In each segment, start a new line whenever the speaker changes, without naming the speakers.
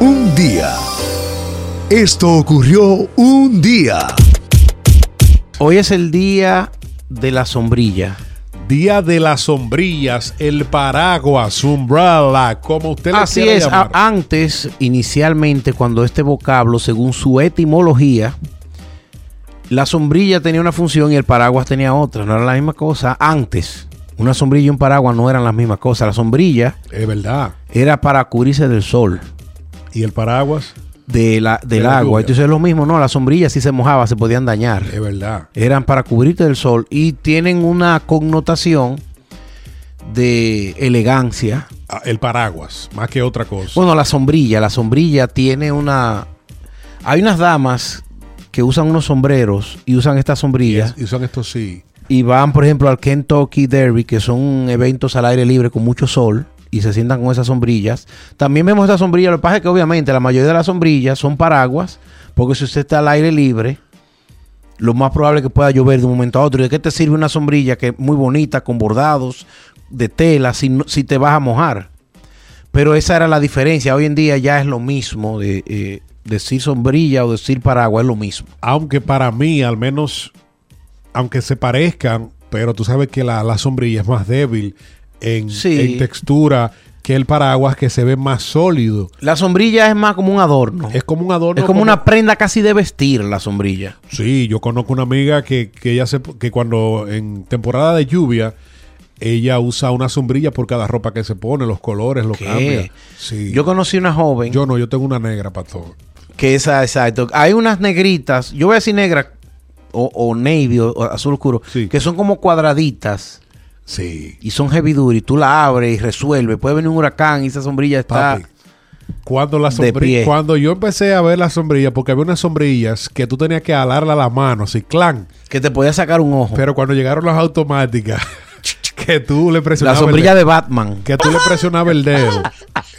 Un día. Esto ocurrió un día.
Hoy es el día de la sombrilla.
Día de las sombrillas, el paraguas, umbrella, como usted le
Así
quiera
es, ah,
llamar.
a- antes, inicialmente, cuando este vocablo, según su etimología, la sombrilla tenía una función y el paraguas tenía otra, no era la misma cosa. Antes, una sombrilla y un paraguas no eran las mismas cosas. La sombrilla
Es verdad.
era para cubrirse del sol,
¿Y el paraguas?
de la, del
De la
agua.
lluvia.
Entonces es lo mismo, no, las sombrillas si se mojaba, se podían dañar.
Es verdad.
eran para cubrirte del sol y tienen una connotación de elegancia.
Ah, El paraguas, más que otra cosa.
Bueno, la sombrilla, la sombrilla tiene una... Hay unas damas que usan unos sombreros y usan estas
y,
sombrillas
es- y son estos sí.
y van, por ejemplo, al Kentucky Derby, que son eventos al aire libre con mucho sol, y se sientan con esas sombrillas. También vemos estas sombrillas, lo que pasa es que obviamente la mayoría de las sombrillas son paraguas, porque si usted está al aire libre, lo más probable es que pueda llover de un momento a otro. ¿Y de qué te sirve una sombrilla que es muy bonita, con bordados, de tela, si, no- si te vas a mojar? Pero esa era la diferencia. Hoy en día ya es lo mismo. De, eh, decir sombrilla o decir paraguas es lo mismo.
Aunque para mí, al menos, aunque se parezcan, pero tú sabes que la, la sombrilla es más débil en,
Sí.
en textura que el paraguas que se ve más sólido.
La sombrilla es más como un adorno.
Es como un adorno.
es como una prenda casi de vestir la sombrilla.
Sí, yo conozco una amiga que, que ella se, que cuando en temporada de lluvia ella usa una sombrilla por cada ropa que se pone, los colores, los
¿Qué?
cambia. Sí.
Yo conocí una joven
Yo no, yo tengo una negra para todo.
que esa, exacto. Hay unas negritas, yo voy a decir negra o, o navy o, o azul oscuro,
Sí.
que son como cuadraditas
Sí.
y son heavy duty. Tú la abres y resuelves. Puede venir un huracán y esa sombrilla está.
Papi. Cuando la
Ah, De
sombrilla,
pie.
cuando yo empecé a ver las sombrillas, porque había unas sombrillas que tú tenías que alarla la mano, así, clan.
Que te podía sacar un ojo.
Pero cuando llegaron las automáticas, que tú le
la
presionabas
sombrilla
el dedo,
de Batman.
que tú le presionabas el dedo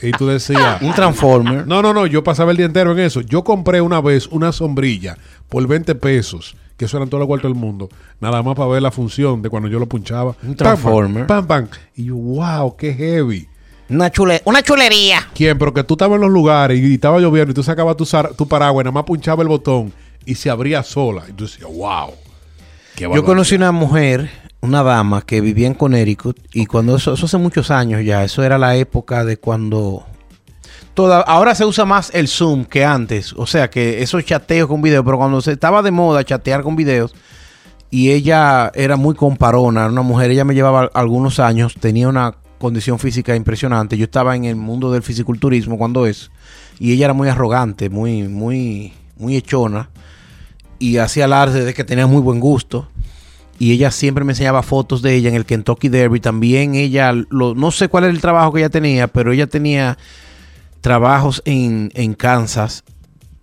y tú decías,
Un Transformer.
No, no, no, yo pasaba el día entero en eso. Yo compré una vez una sombrilla por 20 pesos, que eso era en todo el cuarto del mundo, nada más para ver la función de cuando yo lo punchaba.
Un
Pam,
transformer.
Pam, pam, pam. Y yo, wow, qué heavy.
Una, chule- una chulería.
¿Quién? Pero que tú estabas en los lugares y, estaba lloviendo y tú sacabas tu, sar- tu paraguas y nada más punchaba el botón y se abría sola. Y tú decías, wow. Qué
Yo
barbaridad.
conocí una mujer, una dama que vivía en Connecticut y cuando eso, eso hace muchos años ya, eso era la época de cuando toda, ahora se usa más el Zoom que antes, o sea que esos chateos con video, pero cuando se estaba de moda chatear con videos y ella era muy comparona, era una mujer, ella me llevaba algunos años, tenía una condición física impresionante, yo estaba en el mundo del fisiculturismo cuando es y ella era muy arrogante, muy muy muy hechona y hacía alarde de que tenía muy buen gusto. Y ella siempre me enseñaba fotos de ella en el Kentucky Derby. También ella, lo- no sé cuál era el trabajo que ella tenía, pero ella tenía trabajos en, en Kansas.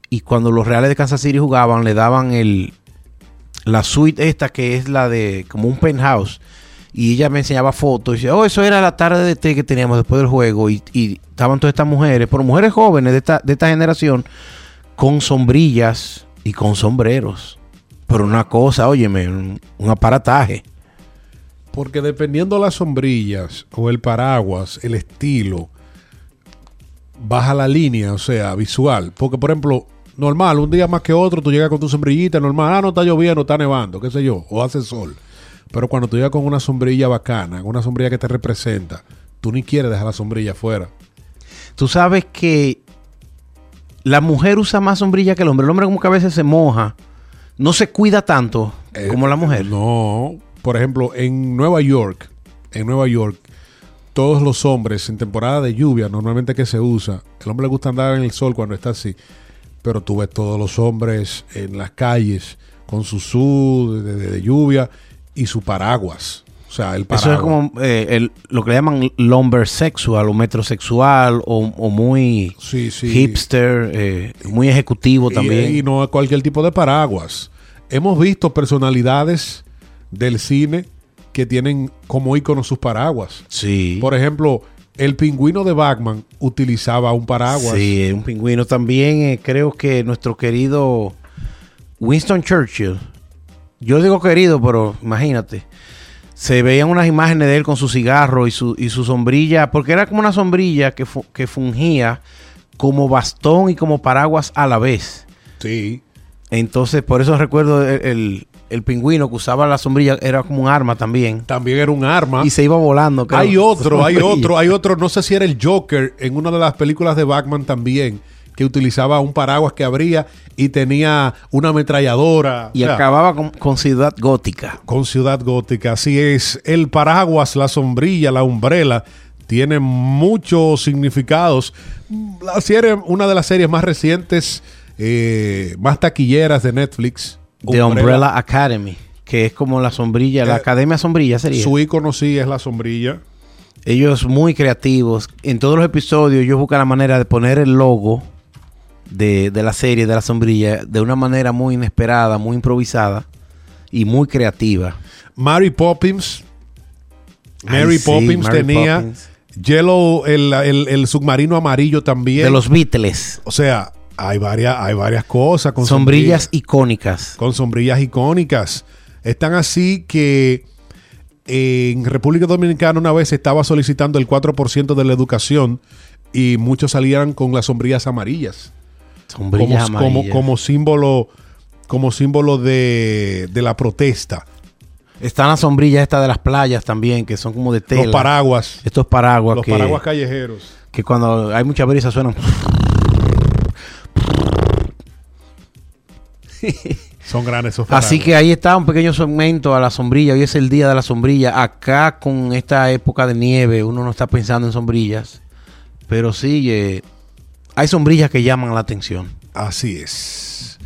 Y cuando los Reales de Kansas City jugaban, le daban el la suite esta que es la de como un penthouse. Y ella me enseñaba fotos. Y decía, oh, eso era la tarde de té que teníamos después del juego. Y, y estaban todas estas mujeres, pero mujeres jóvenes de esta, de esta generación, con sombrillas y con sombreros. Pero una cosa, óyeme, un, un aparataje.
Porque dependiendo las sombrillas o el paraguas, el estilo, baja la línea, o sea, visual. Porque, por ejemplo, normal, un día más que otro, tú llegas con tu sombrillita, normal, ah, no está lloviendo, está nevando, qué sé yo, o hace sol. Pero cuando tú llegas con una sombrilla bacana, una sombrilla que te representa, tú ni quieres dejar la sombrilla afuera.
Tú sabes que la mujer usa más sombrilla que el hombre. El hombre como que a veces se moja. No se cuida tanto
Eh,
como la mujer.
No, por ejemplo, en Nueva York, en Nueva York, todos los hombres en temporada de lluvia, normalmente que se usa, el hombre le gusta andar en el sol cuando está así, pero tú ves todos los hombres en las calles con su sud de, de- de lluvia y su paraguas. O sea, el paraguas.
Eso es como eh, el- lo que le llaman lumber sexual o metrosexual o, o muy
Sí, sí.
hipster, eh, muy ejecutivo
Y-
también.
Y, no a cualquier tipo de paraguas. Hemos visto personalidades del cine que tienen como íconos sus paraguas.
sí.
Por ejemplo, el pingüino de Batman utilizaba un paraguas.
Sí, eh, un pingüino también. eh, creo que nuestro querido Winston Churchill, yo digo querido, pero imagínate, se veían unas imágenes de él con su cigarro y su, y su sombrilla, porque era como una sombrilla que, fu- que fungía como bastón y como paraguas a la vez.
Sí.
Entonces, por eso recuerdo el, el- el pingüino que usaba la sombrilla, era como un arma también.
También era un arma.
Y se iba volando. creo.
Hay otro, hay
Sombrilla.
otro, hay otro. No sé si era el Joker en una de las películas de Batman también, que utilizaba un paraguas que abría y tenía una ametralladora.
Y
O sea,
acababa con, con Ciudad Gótica.
Con Ciudad Gótica, así es. El paraguas, la sombrilla, la umbrela, tienen muchos significados. La serie, una de las series más recientes, eh, más taquilleras de Netflix.
De Umbrella Academy. Que es como la sombrilla, la
Eh,
Academia Sombrilla sería.
Su icono sí es la sombrilla.
Ellos muy creativos. En todos los episodios ellos buscan la manera de poner el logo de, de la serie, de la sombrilla, de una manera muy inesperada, muy improvisada y muy creativa.
Mary Poppins.
Ay,
Mary
sí,
Poppins
Mary
tenía
Poppins.
Yellow, el, el- el submarino amarillo también.
De los Beatles.
o sea, hay varias, hay varias cosas con
Sombrillas
sombrilla-
icónicas.
con sombrillas icónicas. Están así que eh, en República Dominicana una vez se estaba solicitando el 4% de la educación y muchos salían con las sombrillas amarillas. Como,
Sombrillas
como,
amarillas.
como símbolo, como símbolo de, de la protesta.
Están las sombrillas estas de las playas también, que son como de tela.
Los paraguas.
Estos paraguas,
Los
que,
paraguas callejeros.
que cuando hay mucha brisa suenan.
Son grandes esos paraguas.
Así que ahí está un pequeño segmento a la sombrilla. Hoy es el día de la sombrilla. Acá con esta época de nieve, uno no está pensando en sombrillas. Pero sí, eh, hay sombrillas que llaman la atención.
Así es.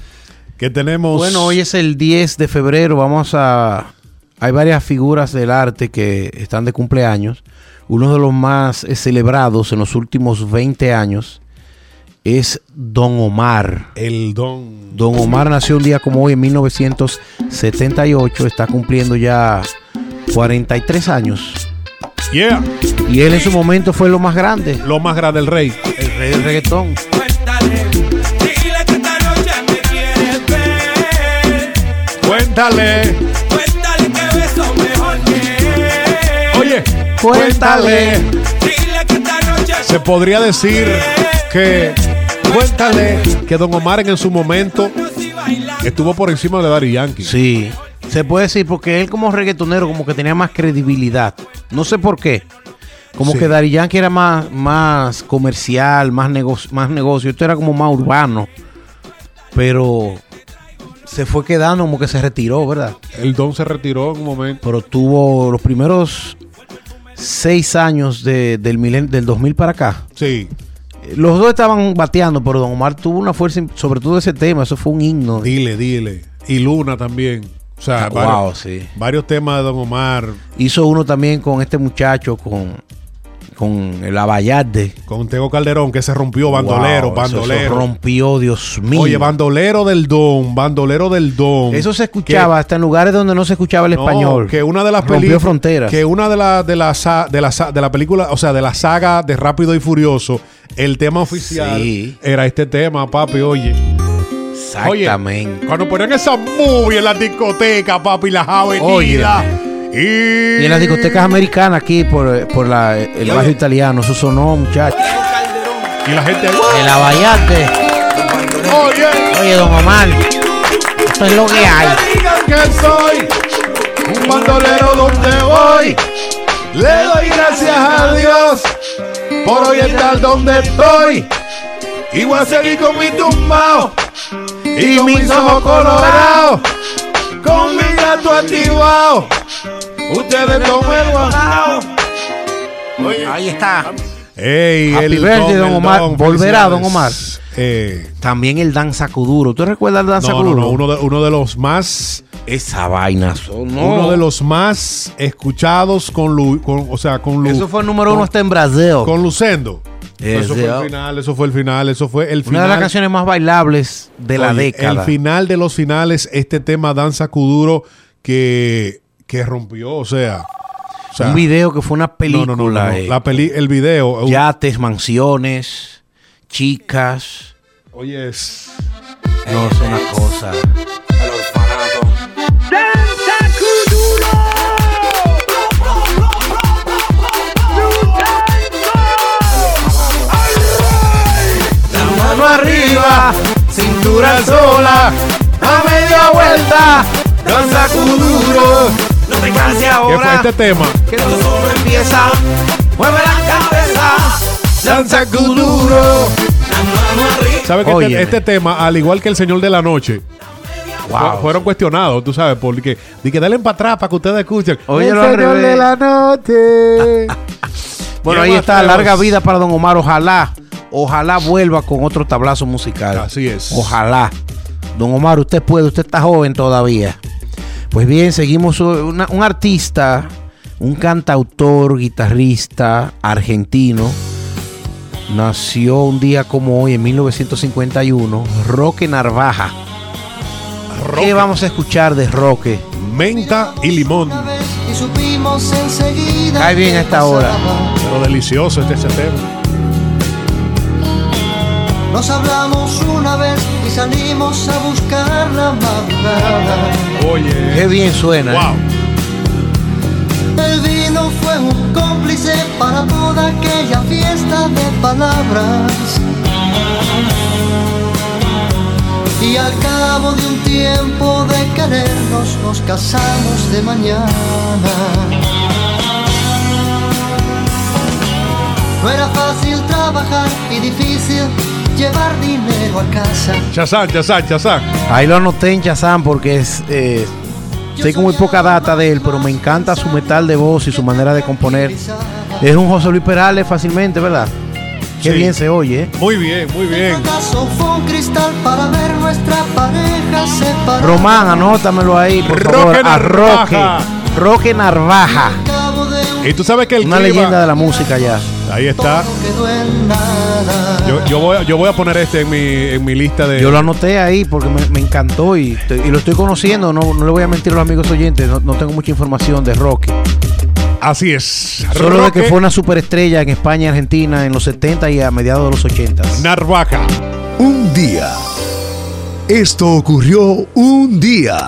Que tenemos.
Bueno, hoy es el 10 de febrero. Vamos a. Hay varias figuras del arte que están de cumpleaños. Uno de los más eh, celebrados en los últimos 20 años es Don Omar.
el don.
Don Omar nació un día como hoy en 1978, está cumpliendo ya 43 años.
Yeah.
Y él en su momento fue lo más grande,
Lo más grande, el rey.
el rey del reggaetón.
Cuéntale, dile que esta noche me quieres ver.
Cuéntale.
Cuéntale que beso mejor que él.
Oye.
Cuéntale.
cuéntale.
Dile que esta noche
Se podría decir que cuéntale que Don Omar en su momento
conocí bailando.
estuvo por encima de Daddy Yankee.
Sí, se puede decir porque él como reggaetonero como que tenía más credibilidad. No sé por qué. Como
Sí.
que Daddy Yankee era más, más comercial, más negocio, más negocio. Esto era como más urbano. Pero se fue quedando como que se retiró, ¿verdad?
El Don se retiró en un momento.
pero tuvo los primeros seis años de- del, milen- del 2000 para acá.
Sí.
Eh, Los dos estaban bateando, pero Don Omar tuvo una fuerza, im- sobre todo ese tema, eso fue un himno.
Dile, dile. Y Luna también. O sea,
Ah,
varios,
wow, sí.
varios temas de Don Omar
Hizo uno también con este muchacho, con, con el Abayarde.
con Tego Calderón que se rompió bandolero,
Wow, eso- eso
bandolero.
rompió, Dios mío.
Oye, bandolero del Don, bandolero del Don.
Eso se escuchaba hasta en lugares donde no se escuchaba el
No,
español.
Que una de las
Rompió
peli-
fronteras.
Que una de las de la, sa- de la sa- de la película, o sea, de la saga de Rápido y Furioso, el tema oficial
Sí.
era este tema, papi, oye. Oye,
Exactamente.
cuando ponían esa movie en la discoteca, papi, las avenidas. Y...
Y en las discotecas americanas aquí, por, por la- el
Oye.
barrio italiano, eso sonó, muchacho.
Y la gente,
El Abayarde.
oye,
Oye, don Omar, esto es lo que hay.
digan que soy un bandolero donde voy. Le doy gracias a Dios por hoy estar donde estoy. Y voy a seguir con mi tumbao y con mis ojos colorados, con mi gato activado. Ustedes no me lo han dado.
Ahí está.
Ey,
Happy
el
birthday,
don,
don
el
Omar.
don,
Volverá, don Omar.
felicidades. Eh,
También el danza cuduro. ¿Tú recuerdas el danza
no, no,
cuduro?
no, uno de, uno de los más,
Esa vaina. sonó.
uno de los más escuchados con, Lu- con o sea, con Lu-
Eso fue el número uno
con-
hasta en Brasil.
con Lucendo.
Eh,
eso
sí,
fue
oh.
el final, eso fue el final, eso fue el final.
Una de las canciones más bailables de la
Oye,
década.
El final de los finales, este tema Danza Kuduro que, que rompió, o sea, o sea,
Un video que fue una
no,
película.
no, no, no, no.
eh,
La peli, el video, eh,
yates, mansiones, chicas.
oye, es
No, es una cosa. mano arriba, cintura sola, a media vuelta, danza duro,
No te canses
¿Qué fue
ahora.
este tema?
que
Esto solo empieza. Mueve la cabeza.
danza duro.
La mano arriba.
¿Sabes que este,
Óyeme.
este tema, al igual que El Señor de la Noche,
Wow.
fu- fueron cuestionados, tú sabes, porque di que dale para atrás para que ustedes escuchen.
Óyelo al revés.
Noche.
Bueno, ahí
Llegó
está,
hasta
larga
los-
vida para Don Omar. Ojalá, ojalá vuelva con otro tablazo musical.
Así es.
Ojalá. Don Omar, usted puede, usted está joven todavía. Pues bien, seguimos su- una- un artista, un cantautor, guitarrista argentino. Nació un día como hoy, en 1951, Roque Narvaja. ¿Qué vamos a escuchar de Roque?
Menta y limón.
y supimos enseguida.
Cae bien a esta hora.
Pero delicioso este, este tema.
Nos hablamos una vez y salimos a buscar la madrugada.
Oye.
Qué bien suena. ¿eh?
Wow.
El vino fue un cómplice para toda aquella fiesta de palabras. Y al cabo de un tiempo de querernos, nos casamos de mañana. No era fácil trabajar y difícil llevar dinero a casa.
Chazán, chazán, chazán.
Ahí lo anoté en Shazam porque es. Eh, tengo muy poca data de él, pero me encanta su metal de voz y su manera de componer. Es un José Luis Perales fácilmente, ¿verdad? Qué
Sí.
bien se oye. ¿eh?
Muy bien, muy bien.
Fracaso fue un cristal para ver nuestra pareja separada.
Román, anótamelo ahí, por
Roque
favor. A Roque.
Narvaja.
Roque Narvaja.
Cabo de un
Y tú sabes que el
Una
clima-
leyenda de la música ya.
Ahí está.
todo quedó en nada.
Yo, yo voy, a- yo voy a poner este en mi, en mi lista de.
Yo lo anoté ahí porque me, me encantó y, te- y lo estoy conociendo. No, no le voy a mentir a los amigos oyentes, no, no tengo mucha información de Roque.
Así es.
Solo de
Roque
que fue una superestrella en España y Argentina en los 70 y a mediados de los 80.
Narvaja.
Un día. Esto ocurrió un día.